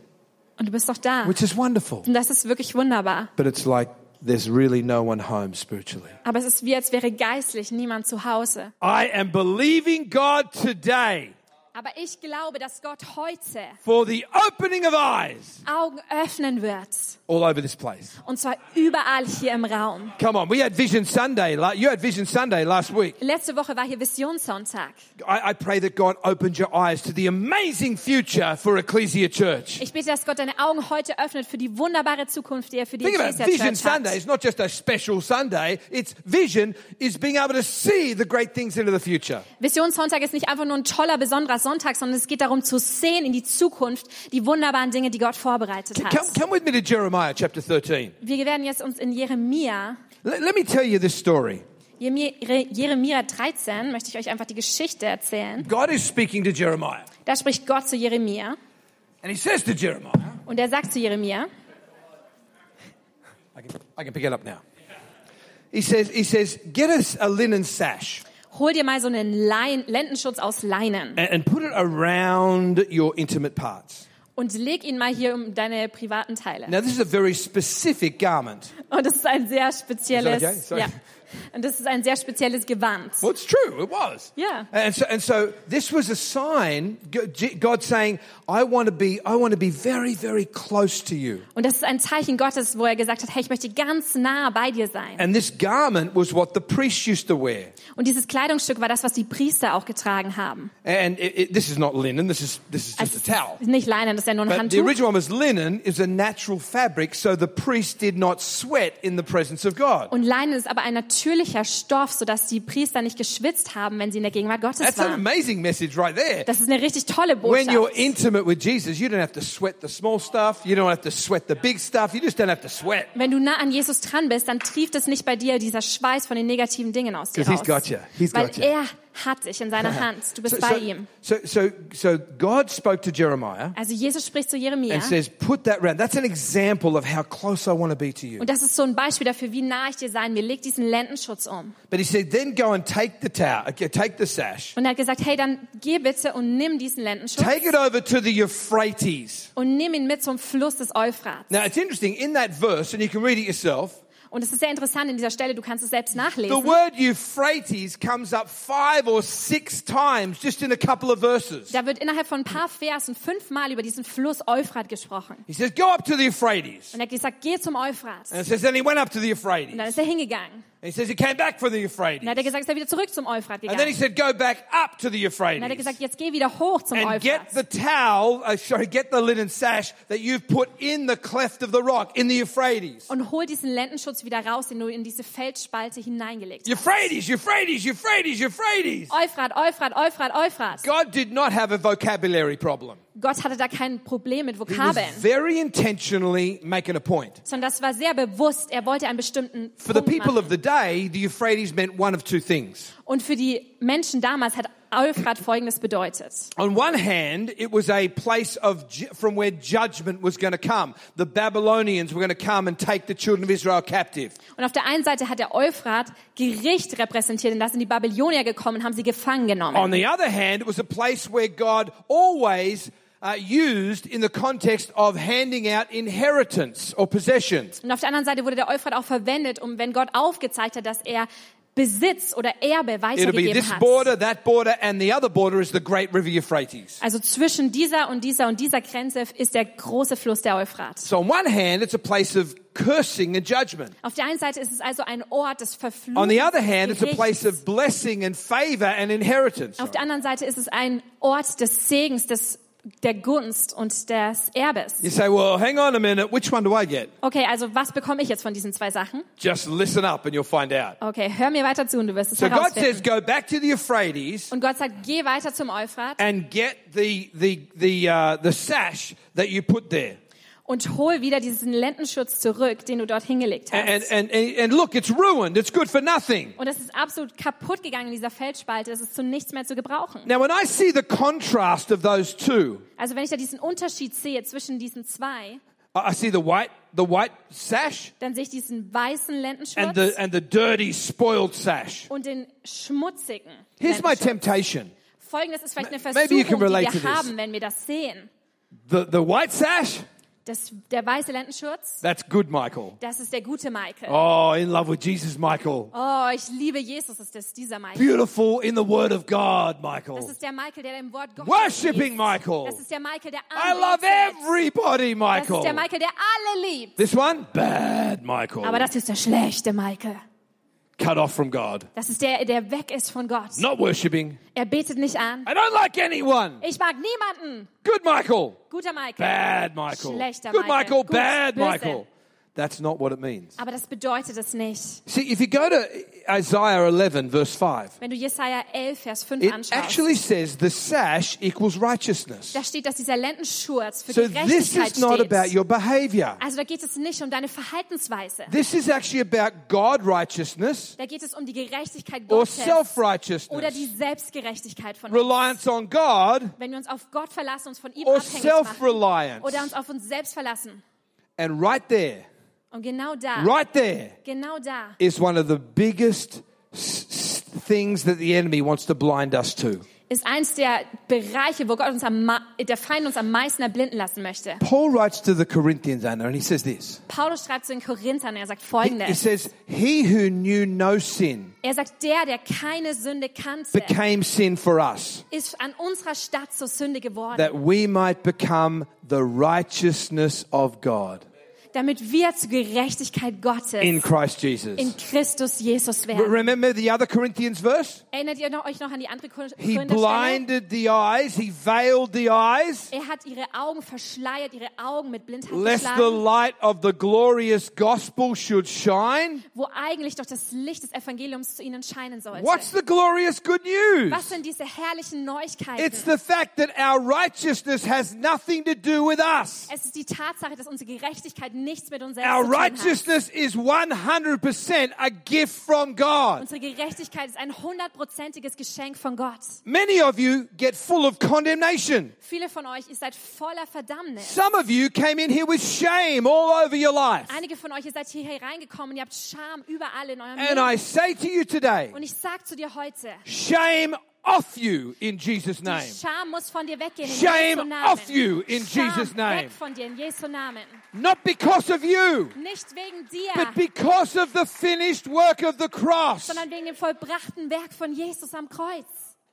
Und du bist doch da.
which is wonderful.
Und das ist wirklich wunderbar.
But it's like there's really no one home spiritually.
Aber es ist wie, als wäre geistlich niemand zu Hause.
I am believing God today
Aber ich glaube, dass Gott heute
for the opening of eyes
Augen öffnen wird.
all over this place.
Und zwar überall hier im Raum.
Come on, we had Vision Sunday. la- You had Vision Sunday last week.
Letzte Woche war hier Visionssonntag.
I, I pray that God opens your eyes to the amazing future for Ecclesia Church.
Ich bete, dass Gott deine Augen heute öffnet für die wunderbare Zukunft, die er für die
Think about it.
Ecclesia
Vision
Church hat.
Sunday is not just a special Sunday. It's vision is being able to see the great things into the future.
Visionssonntag ist nicht einfach nur ein toller, besonderer Sonntag, sondern es geht darum zu sehen in die Zukunft die wunderbaren Dinge, die Gott vorbereitet hat.
Come, come with me to Jeremiah chapter 13.
Wir werden jetzt uns in Jeremia,
Let, let me tell you this story.
Jeremia- Jeremia 13, möchte ich euch einfach die Geschichte erzählen.
God is speaking to Jeremiah,
Da spricht Gott zu Jeremia
and he says to Jeremiah,
und er sagt zu Jeremia,
I can, I can pick it up now. He says, he says, get us a linen sash
hol dir mal so einen Lein, Lendenschutz aus Leinen
and, and put it around your intimate parts.
und leg ihn mal hier um deine privaten Teile.
Now, this is a very specific garment.
Und das ist ein sehr spezielles,
Is that okay? Sorry.
ja. Und das ist ein sehr spezielles Gewand.
Well, it's true. It was.
Yeah.
And so, and so this was a sign. G- G- God saying, "I want to be. I want to be very, very close to you."
Und das ist ein Zeichen Gottes, wo er gesagt hat, hey, ich möchte ganz nah bei dir sein.
And this garment was what the priests used to wear.
Und dieses Kleidungsstück war das, was die Priester auch getragen haben.
And it, it, this is not linen. This is this is just
Also
a towel.
Nicht Leinen, das ist ja nur ein
But the
Handtuch.
original one was linen is a natural fabric, so the priest did not sweat in the presence of God.
Und Leinen ist aber ein natürlicher Stoff, sodass die Priester nicht geschwitzt haben, wenn sie in der Gegenwart Gottes
That's an
waren.
amazing message right there.
Das ist eine richtig tolle
When you're
Botschaft.
intimate with Jesus, you don't have to sweat the small stuff. You don't have to sweat the big stuff. You just don't have to sweat.
Wenn du nah an Jesus dran bist, dann trieft es nicht bei dir dieser Schweiß von den negativen Dingen aus dir
'Cause he's
raus.
got you. He's
Weil
got you.
er hat dich in seiner Hand. Du bist bei ihm.
So, so, so God spoke to Jeremiah
Also Jesus spricht zu Jeremia.
and says, "Put that round." That's an example of how close I want to be to you.
Und das ist so ein Beispiel dafür, wie nah ich dir sein will. Leg diesen Lendenschutz um.
But he said, "Then go and take the towel, okay, take the sash,
Und er hat gesagt, hey, dann geh bitte und nimm diesen Lendenschutz
take it over to the Euphrates."
und nimm ihn mit zum Fluss des Euphrats.
Now it's interesting in that verse, and you can read it yourself.
Und es ist sehr interessant in dieser Stelle, du kannst es selbst
The
nachlesen.
word Euphrates comes up five or six times just in a couple of verses.
Da wird innerhalb von ein paar Versen fünfmal über diesen Fluss Euphrat gesprochen.
He says, "Go up to the Euphrates."
Und er hat gesagt, geh zum Euphrat.
And
Und
it says, then he went up to the Euphrates.
dann
And
ist er hingegangen.
he says, he came back for the Euphrates.
Dann hat er gesagt, ist er wieder zurück zum Euphrat
And then he said,
gegangen.
go back up to the
Dann hat er
Euphrates.
gesagt, jetzt geh wieder hoch zum
And get the
Euphrat.
towel, uh, sorry, get the linen sash that you've put in the cleft of the rock, in the Euphrates.
Und hol diesen Lendenschutz wieder raus, den du in diese Felsspalte hineingelegt hast.
Euphrates, Euphrates, Euphrates, Euphrates.
Euphrat, Euphrat, Euphrat, Euphrat.
God did not have a vocabulary problem.
Gott hatte da kein Problem mit
He was
Vokabeln.
very intentionally making a point.
sondern das war sehr bewusst. Er wollte einen bestimmten
For the
Punkt
people
machen.
of the day, the Euphrates meant one of two things.
Und für die Menschen damals hat Euphrat Folgendes bedeutet.
On one hand, it was a place of ju- from where judgment was going to come. The Babylonians were going to come and take the children of Israel captive.
Und auf der einen Seite hat der Euphrat Gericht repräsentiert, denn da sind die Babylonier gekommen und haben sie gefangen
On
genommen.
the other hand, it was a place where God always uh, uh, used in the context of handing out inheritance or possessions.
Und auf der anderen Seite wurde der Euphrat auch verwendet, um wenn Gott aufgezeigt hat, dass er Besitz oder Erbe
It'll be
weitergegeben
this
hat.
border, that border, and the other border is the great river Euphrates.
Also zwischen dieser und dieser und dieser Grenze ist der große Fluss der Euphrat.
So on one hand, it's a place of cursing and judgment.
Auf der einen Seite ist es also ein Ort des Verfluchens.
On the other hand, it's a
Gerichts.
place of blessing and favor and inheritance.
Auf der anderen Seite ist es ein Ort des Segens, des, der Gunst und des Erbes.
You say, well, hang on a minute, which one do I get?
Okay, also was bekomme ich jetzt von diesen zwei Sachen?
Just listen up and you'll find out.
Okay, hör mir weiter zu und du wirst es
So God says,
herausfinden.
go back to the Euphrates
Und Gott sagt, geh weiter zum Euphrat
and get the, the, the, uh, the sash that you put there.
und hol wieder diesen Lendenschutz zurück, den du dort hingelegt hast.
And, and, and, and look, it's ruined. It's good for nothing.
Und es ist absolut kaputt gegangen in dieser Feldspalte. Es ist zu nichts mehr zu gebrauchen.
Now, when I see the contrast of those two,
Also wenn ich da diesen Unterschied sehe zwischen diesen zwei,
I I see the white, the white sash
dann sehe ich diesen weißen
and the,
Lendenschutz
and the dirty, spoiled sash.
und den schmutzigen.
Here's my
Lendenschutz.
temptation.
Folgendes ist vielleicht eine
Maybe you
Versuchung,
can
die
relate to
wir
this.
haben, wenn wir das sehen.
The, the white sash,
Das, der weiße Lendenschutz,
that's good, Michael.
das ist der gute Michael. Oh,
Oh, in love with Jesus, Michael.
ich liebe Jesus, ist das dieser Michael.
Beautiful in the Word of God,
Das
Michael.
ist der Michael, der im Wort Gottes
Worshipping
liest.
Michael.
Das ist der Michael, der
I love
anbetet.
everybody,
Das ist der
Michael.
Michael, der alle liebt.
This one, bad Michael.
Aber das ist der schlechte Michael.
Cut off from God.
Das ist der, der weg ist von Gott.
Not worshipping.
Er betet nicht an.
I don't like anyone.
Ich mag niemanden.
Good Michael.
Guter Michael.
Bad Michael.
Schlechter
Good
Michael.
Michael.
Gut,
Bad
böse.
Michael. That's not what it means.
Aber das bedeutet es nicht.
See, if you go to Isaiah 11, verse 5,
Wenn du Jesaja 11, Vers 5
it
anschaust,
actually says the sash equals righteousness.
da steht, dass dieser Lendenschurz für
So
die
this
Gerechtigkeit
is not
steht.
about your behavior.
Also da geht es nicht um deine Verhaltensweise.
This is actually about God righteousness
Da geht es um die Gerechtigkeit
or
Gottes
self
oder die
righteousness.
Selbstgerechtigkeit von uns.
Reliance on God
Wenn wir uns auf Gott verlassen, uns von ihm
or
abhängig machen oder uns
self-reliance.
auf uns selbst verlassen.
And right there,
Und genau da,
right there
genau da
is one of the biggest s- s- things that the enemy wants to blind us to.
ist eins der Bereiche, wo Gott uns am, ma- der Feind uns am meisten erblinden lassen möchte.
Paul writes to the Corinthians, Anna, und he says this.
Paulus schreibt zu den Korinthern, er sagt
He, he
folgendes.
says, he who knew no sin
Er sagt, der, der keine Sünde kannte,
became sin for us,
ist an unserer Stadt zur Sünde geworden,
that we might become the righteousness of God
damit wir zur Gerechtigkeit Gottes
in Christ
in
Jesus.
Christus Jesus
But
werden.
remember the other Corinthians verse?
Erinnert ihr noch, euch noch an die andere Kur-
He
Korintherstelle?
blinded the eyes, he veiled the eyes,
Er hat ihre Augen verschleiert, ihre Augen mit Blindheit
lest the
geschlagen,
light of the glorious gospel should shine.
wo eigentlich doch das Licht des Evangeliums zu ihnen scheinen sollte.
What's the glorious good
Was
news?
sind diese herrlichen Neuigkeiten?
It's the fact that our righteousness has nothing to do with us.
es ist die Tatsache, dass unsere Gerechtigkeit nichts mit uns selbst
Our
zu tun hat.
righteousness is 100% a gift from God.
Unsere Gerechtigkeit ist ein hundertprozentiges Geschenk von Gott.
Many of you get full of condemnation.
Viele von euch, ihr seid voller Verdammnis.
Some of you came in here with shame all over your life.
Einige von euch, ihr seid hier hereingekommen, ihr habt Scham überall in eurem
And
Leben.
I say to you today,
Und ich sag zu dir heute,
shame off you in Jesus'
die
name.
Scham muss von dir weggehen. In
Shame
Jesu Namen.
off you in
Scham
Jesus' name.
weg von dir in Jesu Namen.
Not because of you,
Nicht wegen dir,
but because of the finished work of the cross.
sondern wegen dem vollbrachten Werk von Jesus am Kreuz.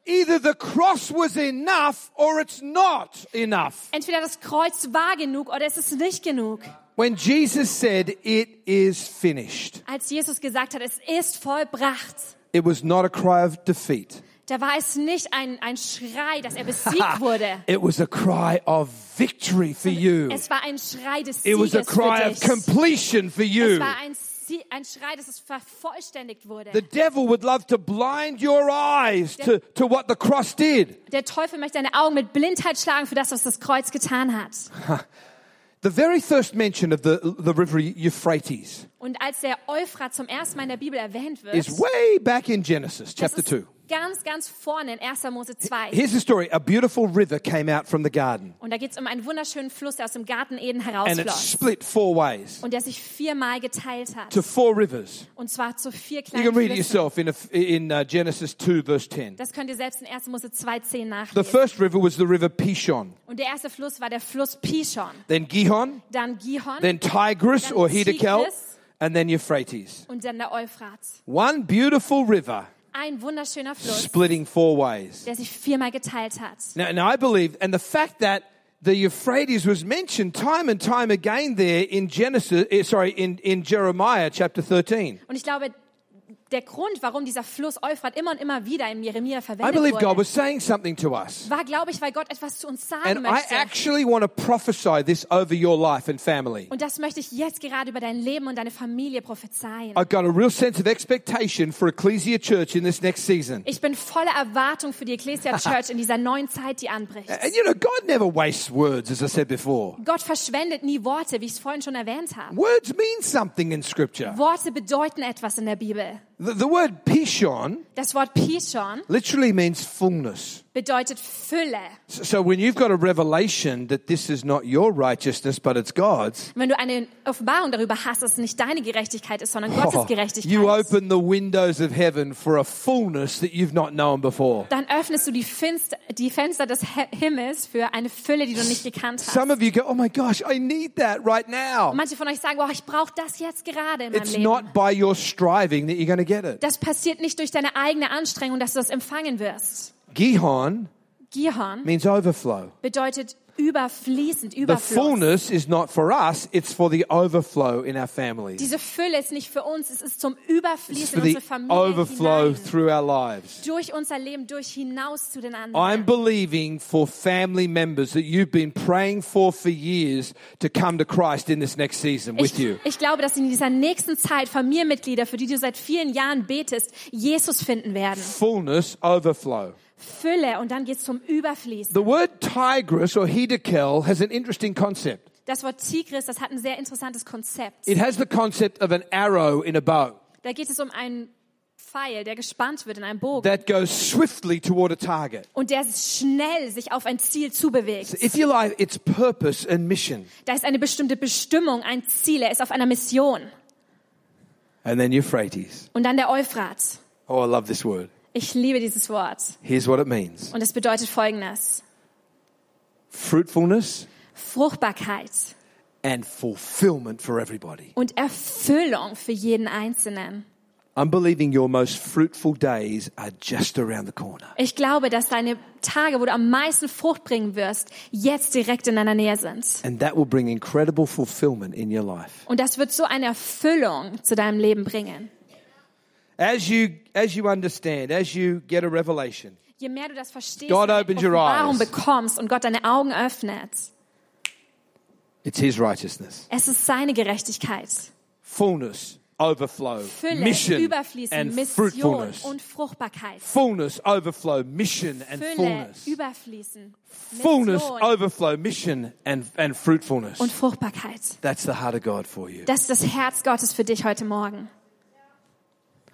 Either the cross was enough or it's not enough.
Entweder das Kreuz war genug oder es ist nicht genug.
When Jesus said, It is finished,
Als Jesus gesagt hat, es ist vollbracht,
it was not a cry of defeat.
da war es nicht ein, ein Schrei, dass er besiegt wurde.
It was a cry of victory for you.
Es war ein Schrei des
It
Sieges
was a cry
für
of
dich.
completion for
Es
you.
war ein, Sie ein Schrei, dass es vervollständigt wurde.
The devil would love to blind your eyes to, to what the cross did.
Der Teufel möchte deine Augen mit Blindheit schlagen für das, was das Kreuz getan hat.
The very first mention of the, the river Euphrates
Und als der Euphrat zum ersten Mal in der Bibel erwähnt wird,
is way back in Genesis
das
chapter
ist
2.
ganz, ganz vorne in 1. Mose 2.
Here's the story. A beautiful river came out from the garden
Und da geht es um einen wunderschönen Fluss, der aus dem Garten Eden
and it
herausfloss.
split four ways
Und der sich viermal geteilt hat.
to four rivers.
Und zwar zu vier
You
kleinen
can read it
Flüssen.
yourself in, a, in uh, Genesis 2, verse 10.
Das könnt ihr selbst in 1. Mose 2,10
The
nachlesen.
first river was the river Pishon,
Und der erste Fluss war der Fluss Pishon,
then Gihon,
dann Gihon
then Tigris or
Then
Hiddekel,
Tigris.
and then Euphrates.
und dann der Euphrat.
One beautiful river
Ein wunderschöner Fluss,
splitting four ways.
der sich viermal geteilt hat.
Now, now I believe, and the fact that the Euphrates was mentioned time and time again there in Genesis, eh, sorry, in, in Jeremiah chapter 13.
Und ich glaube, der Grund, warum dieser Fluss Euphrat immer und immer wieder in Jeremia
I
verwendet
believe God
wurde,
was saying something to us.
war, glaube ich, weil Gott etwas zu uns sagen
And I
möchte.
actually want to prophesy this over your life and family.
Und das möchte ich jetzt gerade über dein Leben und deine Familie prophezeien.
I've got a real sense of expectation for Ecclesia Church in this next season.
Ich bin voller Erwartung für die Ecclesia Church in dieser neuen Zeit, die anbricht.
And you know, God never wastes words, as I said before.
Gott verschwendet nie Worte, wie ich es vorhin schon erwähnt habe.
Words mean something in Scripture.
Worte bedeuten etwas in der Bibel.
The, the word Pishon
Das Wort Pishon
literally means fullness.
bedeutet Fülle.
So when you've got a revelation that this is not your righteousness but it's God's,
Wenn du eine Offenbarung darüber hast, dass es nicht deine Gerechtigkeit ist, sondern Gottes
Oh, you
Gerechtigkeit,
open the windows of heaven for a fullness that you've not known before.
dann öffnest du die, Finster, die Fenster des He- Himmels für eine Fülle, die du nicht gekannt hast.
Some of you go, "Oh my gosh, I need that right now."
Manche von euch sagen, oh, ich brauche das jetzt gerade in meinem
It's
Leben.
not by your striving that you're going to get it.
Das passiert nicht durch deine eigene Anstrengung, dass du das empfangen wirst.
Gihon
Gihon
means overflow.
bedeutet überfließend,
The
Überfluss.
fullness is not for us, it's for the overflow in our families.
Diese Fülle ist nicht für uns, es ist zum
It's
Überfließen
for
in
the
unsere Familie
overflow
hinein.
through our lives.
Durch unser Leben, durch hinaus zu den anderen.
I'm believing for family members that you've been praying for for years to come to Christ in this next season with
Ich,
you.
ich glaube, dass in dieser nächsten Zeit Familienmitglieder, für die du seit vielen Jahren betest, Jesus finden werden.
Fullness, overflow.
Fülle und dann geht's zum Überfließen.
The word Tigris or Hiddekel has an interesting concept.
Das Wort Tigris, das hat ein sehr interessantes Konzept.
It has the concept of an arrow in a bow
Da geht es um einen Pfeil, der gespannt wird in einem Bogen
that goes swiftly toward a target.
und der schnell sich auf ein Ziel zubewegt.
If you like, it's purpose and mission.
Da ist eine bestimmte Bestimmung, ein Ziel, er ist auf einer Mission.
And then Euphrates.
Und dann der Euphrat.
Oh, I love this word.
Ich liebe dieses Wort.
Here's what it means.
Und es bedeutet folgendes.
Fruitfulness
Fruchtbarkeit
and fulfillment for everybody.
und Erfüllung für jeden Einzelnen.
I'm believing your most fruitful days are just around the corner.
Ich glaube, dass deine Tage, wo du am meisten Frucht bringen wirst, jetzt direkt in deiner Nähe sind.
And that will bring incredible fulfillment in your life.
Und das wird so eine Erfüllung zu deinem Leben bringen.
As you as you understand, as you get a revelation,
Je mehr du das verstehst,
God
und
opens
eine
your
Offenbarung
eyes.
bekommst und Gott deine Augen öffnet,
it's his righteousness.
es ist seine Gerechtigkeit.
Fullness, overflow,
Fülle,
mission
Überfließen,
and
Mission
fruitfulness.
und Fruchtbarkeit.
Fullness, overflow, mission and
Fülle,
fullness.
Überfließen,
Fullness,
Mission
overflow, mission and, and fruitfulness.
und Fruchtbarkeit.
That's the heart of God for you.
Das ist das Herz Gottes für dich heute Morgen.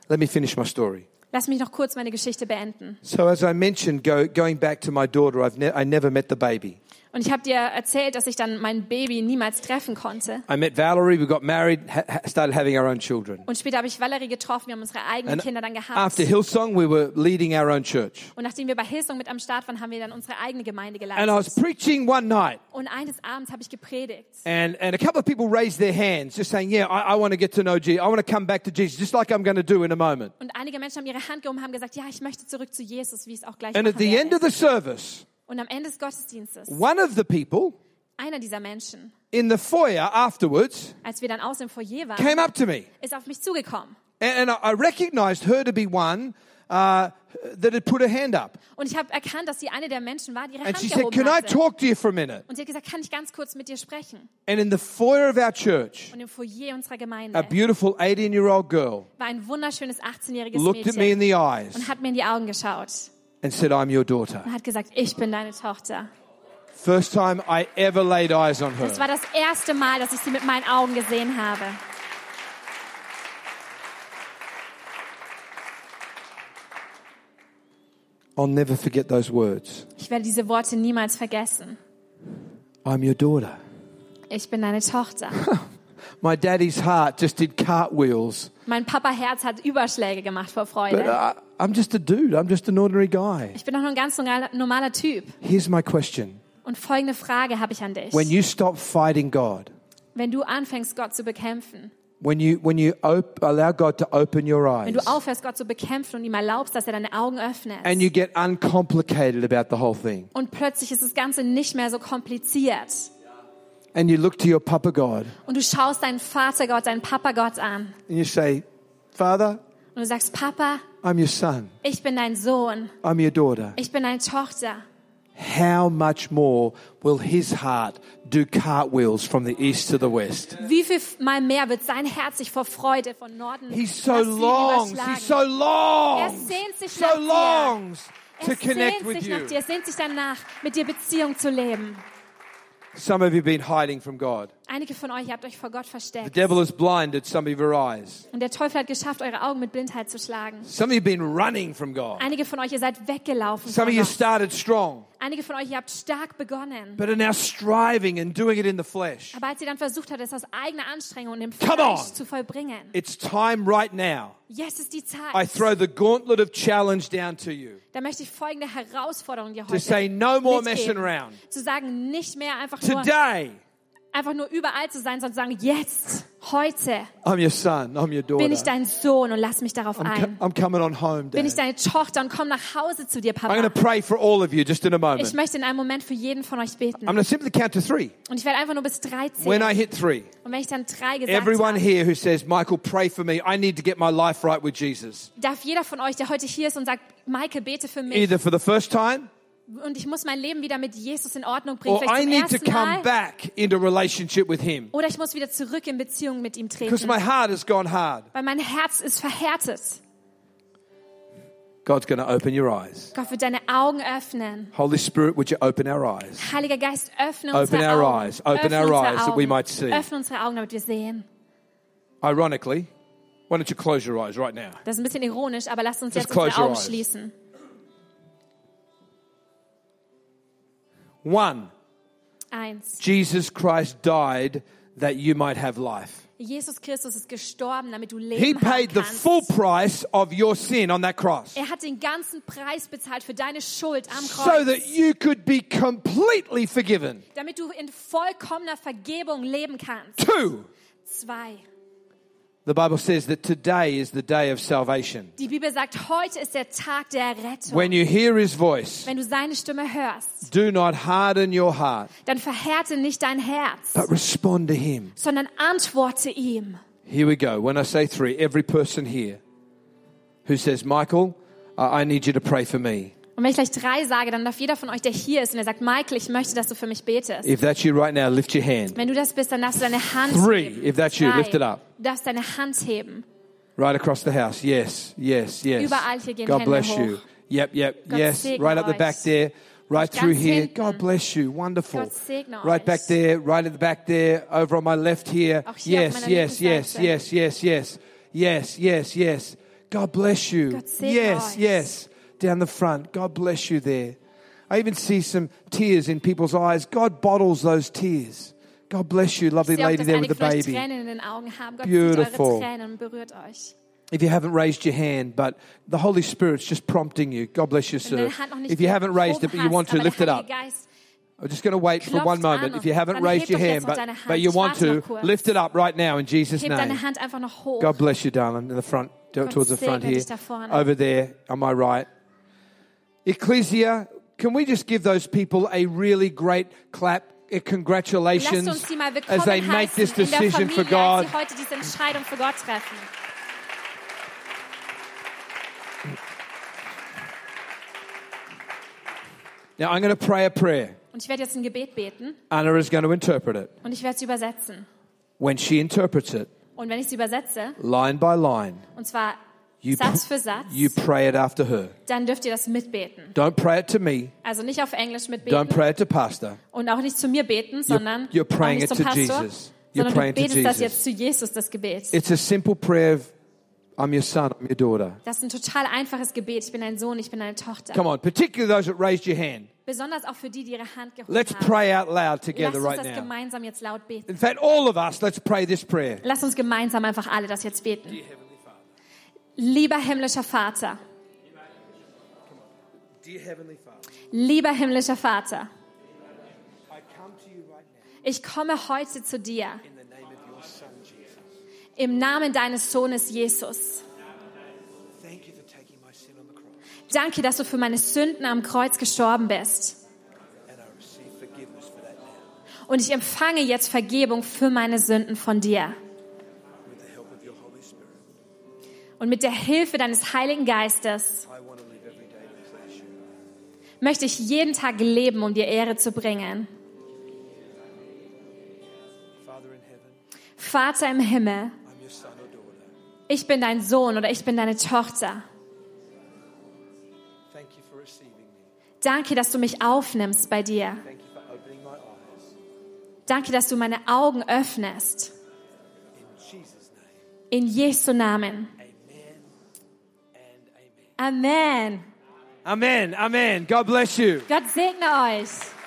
Let me finish my story.
Lass mich noch kurz meine Geschichte beenden.
So, as I mentioned, go, going back to my daughter, I've ne- I never met the baby.
Und ich habe dir erzählt, dass ich dann mein Baby niemals treffen konnte.
I met Valerie, we got married, ha- ha- started having our own children.
Und später habe ich Valerie getroffen, wir haben unsere eigenen Kinder dann gehabt.
after Hillsong, we were leading our own church.
Und nachdem wir bei Hillsong mit am Start waren, haben wir dann unsere eigene Gemeinde
And I was
geleitet.
preaching one night,
Und eines Abends habe ich gepredigt.
and, and a couple of people raised their hands, just saying, Yeah, I, I want to get to know Jesus. I want to come back to Jesus, just like I'm going to do in a moment.
Und einige Menschen haben ihre Hand gehoben und haben gesagt, ja, ich möchte zurück zu Jesus, wie ich es auch gleich
And at
machen
the end of the
werde.
service,
Und am Ende des Gottesdienstes,
one of the people
einer dieser Menschen,
in the foyer afterwards
als wir dann aus dem Foyer waren,
came up to me.
ist auf mich zugekommen.
And, and I recognized her to be one uh, that had put her hand up.
Und ich habe erkannt, dass sie eine der Menschen war, die ihre
And
Hand
she said, Can
gehoben
I
hatte.
talk to you for a minute?
Und sie hat gesagt, kann ich ganz kurz mit dir sprechen?
And in the foyer of our church,
Und im Foyer unserer
a
Gemeinde
beautiful 18 year old girl
war ein wunderschönes 18-jähriges
looked at me in
Mädchen
the eyes
und hat mir in die Augen geschaut
and said, I'm your daughter.
und hat gesagt, ich bin deine Tochter.
First time I ever laid eyes on
Das war
her.
das erste Mal, dass ich sie mit meinen Augen gesehen habe.
I'll never forget those words.
Ich werde diese Worte niemals vergessen.
I'm your daughter.
Ich bin deine Tochter.
My daddy's heart just did cartwheels.
Mein Papa Herz hat Überschläge gemacht vor
But
Freude.
I, I'm just a dude. I'm just an ordinary guy.
Ich bin doch nur ein ganz normal- normaler Typ.
Here's my question.
Und folgende Frage habe ich an dich.
When you stop fighting God,
Wenn du anfängst, Gott zu bekämpfen,
when you, when you op- allow God to open your
wenn
eyes
du aufhörst, Gott zu bekämpfen und ihm erlaubst, dass er deine Augen öffnet,
and you get uncomplicated about the whole thing
und plötzlich ist das Ganze nicht mehr so kompliziert,
and you look to your Papa God
und du schaust deinen Vater Gott, deinen Papa Gott an,
and you say, Father,
und du sagst, Papa,
I'm your son.
ich bin dein Sohn,
I'm your daughter.
ich bin deine Tochter.
How much more will his heart do cartwheels from the east to the west?
Wie viel mal mehr wird sein Herz sich vor Freude von Norden
He so
nach Süden
longs,
überschlagen?
he so longs,
Er sehnt sich nach
so
dir.
longs to
er
connect
sehnt
with
sich nach
you.
dir, er sehnt sich danach, mit dir Beziehung zu leben.
Some of you have been hiding from God.
Einige von euch, ihr habt euch vor Gott
The
versteckt.
devil has blinded some of your eyes.
Und der Teufel hat geschafft, eure Augen mit Blindheit zu schlagen.
Some of you have been running from God.
Einige von euch, ihr seid weggelaufen.
Some
Von
of you
Gott.
started strong,
Einige von euch, ihr habt stark begonnen.
but are now striving and doing it in the flesh.
Aber als ihr dann versucht habt, es aus eigener Anstrengung und im
Come
Fleisch
on.
zu vollbringen.
It's time right now.
Jetzt ist die Zeit.
I throw the gauntlet of challenge down to you
Da möchte ich folgende Herausforderung dir
to
heute
say no more messing
mitgeben.
around.
Zu sagen, nicht mehr einfach nur,
Today,
einfach nur überall zu sein, sondern zu sagen, jetzt, heute
I'm your son, I'm your
bin ich
daughter.
dein Sohn und lass mich darauf
I'm, co-
ein.
I'm coming on home,
Bin ich
Dad.
deine Tochter und komm nach Hause zu dir,
I'm going
Papa.
to pray for all of you just in a
Ich
moment.
möchte in einem Moment für jeden von euch beten.
I'm going to simply count to three.
Und ich werde einfach nur bis drei zählen.
When I hit three,
Und wenn ich dann drei gesagt
everyone
habe,
here who says, Michael, pray for me, I need to get my life right with Jesus.
darf jeder von euch, der heute hier ist und sagt, Maike, bete für mich
Either for the first time
und ich muss mein Leben wieder mit Jesus in Ordnung bringen,
or Oh, I
vielleicht
need
zum
to
ersten Mal,
come back into relationship with Him
oder ich muss wieder zurück in Beziehung mit ihm
because
treten,
my heart has gone hard.
weil mein Herz ist verhärtet.
God's going to open your eyes.
Gott wird deine Augen öffnen.
Holy Spirit, would you open our eyes?
Heiliger Geist, öffne
Open
unsere
our
Augen.
eyes. Open
öffne
our
unsere
eyes that
Augen.
we might see.
Öffne unsere Augen, damit wir sehen.
Ironically, why don't you close your eyes right now?
Das ist ein bisschen ironisch, aber lasst uns
Just
jetzt unsere
close your
Augen
eyes.
schließen.
One,
Eins.
Jesus Christ died that you might have life.
Jesus Christus ist gestorben, damit du Leben
He
haben
paid the
kannst.
full price of your sin on that cross
Er hat den ganzen Preis bezahlt für deine Schuld am Kreuz,
so that you could be completely forgiven.
damit du in vollkommener Vergebung leben kannst.
Two,
Zwei.
the Bible says that today is the day of salvation.
Die Bibel sagt, heute ist der Tag der Rettung.
When you hear his voice,
Wenn du seine Stimme hörst,
do not harden your heart,
dann verhärte nicht dein Herz,
but respond to him.
sondern antworte ihm.
Here we go. When I say three, every person here who says, Michael, I I need you to pray for me.
Und wenn ich gleich drei sage, dann darf jeder von euch, der hier ist und der sagt, Michael, ich möchte, dass du für mich betest.
If that's you right now, lift your hand.
Wenn du das bist, dann darfst du deine Hand
Three,
heben.
if that's you,
Drei.
lift it up.
Du darfst deine Hand heben.
Right across the house. Yes, yes, yes.
Überall hier gehen
God
Hände
bless
hoch.
you. Yep, yep,
Gott
yes.
segne
Right at the
euch.
back there. Right through
Ganz
here.
hinten.
God bless you. Wonderful.
Gott segne
right
euch.
back there. Right at the back there. Over on my left here.
Auch hier auf
Yes,
meiner
yes,
linken
yes,
Seite.
yes, yes, yes. Yes, yes, yes. God bless you.
Gott segne
yes,
euch.
yes. Down the front. God bless you there. I even see some tears in people's eyes. God bottles those tears. God bless you, lovely
Seht auch,
lady
dass
there with
einige
the
vielleicht
baby.
Tränen in den Augen haben. Gott sieht
Beautiful.
eure Tränen und berührt euch.
If you haven't raised your hand, but the Holy Spirit's just prompting you, God bless you,
Wenn
sir.
deine Hand noch nicht
If you haven't raised it, but you
hochhast,
want to
aber
lift
der
it up,
Heilige Geist
I'm just going to wait for
klopft
one moment.
an
If you haven't
und
raised
hebt
your
doch jetzt
hand,
noch
but,
deine Hand.
but you want
Warte
to,
noch kurz.
lift it up right now in Jesus'
Heb deine
name.
Hand einfach noch hoch.
God bless you, darling, in the front, d-
Gott
towards the front
segne
here,
dich da vorne.
over there on my right. Ecclesia, can we just give those people a really great clap? eh,
Lasst
Congratulations
uns sie mal willkommen
as they make this
heißen in der
decision
Familie,
for God.
als sie heute diese Entscheidung für Gott treffen.
Now, I'm going to pray a prayer.
Und ich werde jetzt ein Gebet beten
Anna is going to interpret it.
und ich werde es übersetzen.
When she interprets it,
Und wenn ich es übersetze,
line by line,
und zwar
You
Satz
pr-
für Satz,
You pray it after her.
dann dürft ihr das mitbeten.
Don't pray it to me.
Also nicht auf Englisch
Don't
mitbeten
pray it to pastor.
und auch nicht zu mir beten, sondern
you're praying
auch nicht
it
zum
to
Pastor,
Jesus. You're
sondern du
praying to
betest
Jesus.
das jetzt zu Jesus, das Gebet.
It's a simple prayer of I'm your son, I'm your daughter.
Das ist ein total einfaches Gebet. Ich bin ein Sohn, ich bin eine Tochter.
Come on, particularly those that raised your hand.
Besonders auch für die, die ihre Hand gehoben
Let's
haben.
pray out loud
Lasst
together
uns
right
das
now.
gemeinsam jetzt laut beten.
In fact, all of us, let's pray this prayer.
Lasst uns gemeinsam einfach alle das jetzt beten. Lieber himmlischer Vater,
Dear Heavenly Father,
lieber himmlischer Vater,
I come to you right now
ich komme heute zu dir
in the name of your Son, Jesus.
im Namen deines Sohnes Jesus.
Thank you for taking my sin on the cross,
Danke, dass du für meine Sünden am Kreuz gestorben bist.
and I receive forgiveness for that now
Und ich empfange jetzt Vergebung für meine Sünden von dir.
with the help of your Holy Spirit.
Und mit der Hilfe deines Heiligen Geistes
I want to live every day to please you.
möchte ich jeden Tag leben, um dir Ehre zu bringen.
Father in heaven,
Vater im Himmel,
I'm your son or daughter.
ich bin dein Sohn oder ich bin deine Tochter.
Thank you for receiving me.
Danke, dass du mich aufnimmst bei dir.
Thank you for opening my eyes.
Danke, dass du meine Augen öffnest.
In Jesus' name,
In Jesu Namen.
amen and amen.
Amen.
Amen, amen. God bless you.
Gott segne euch.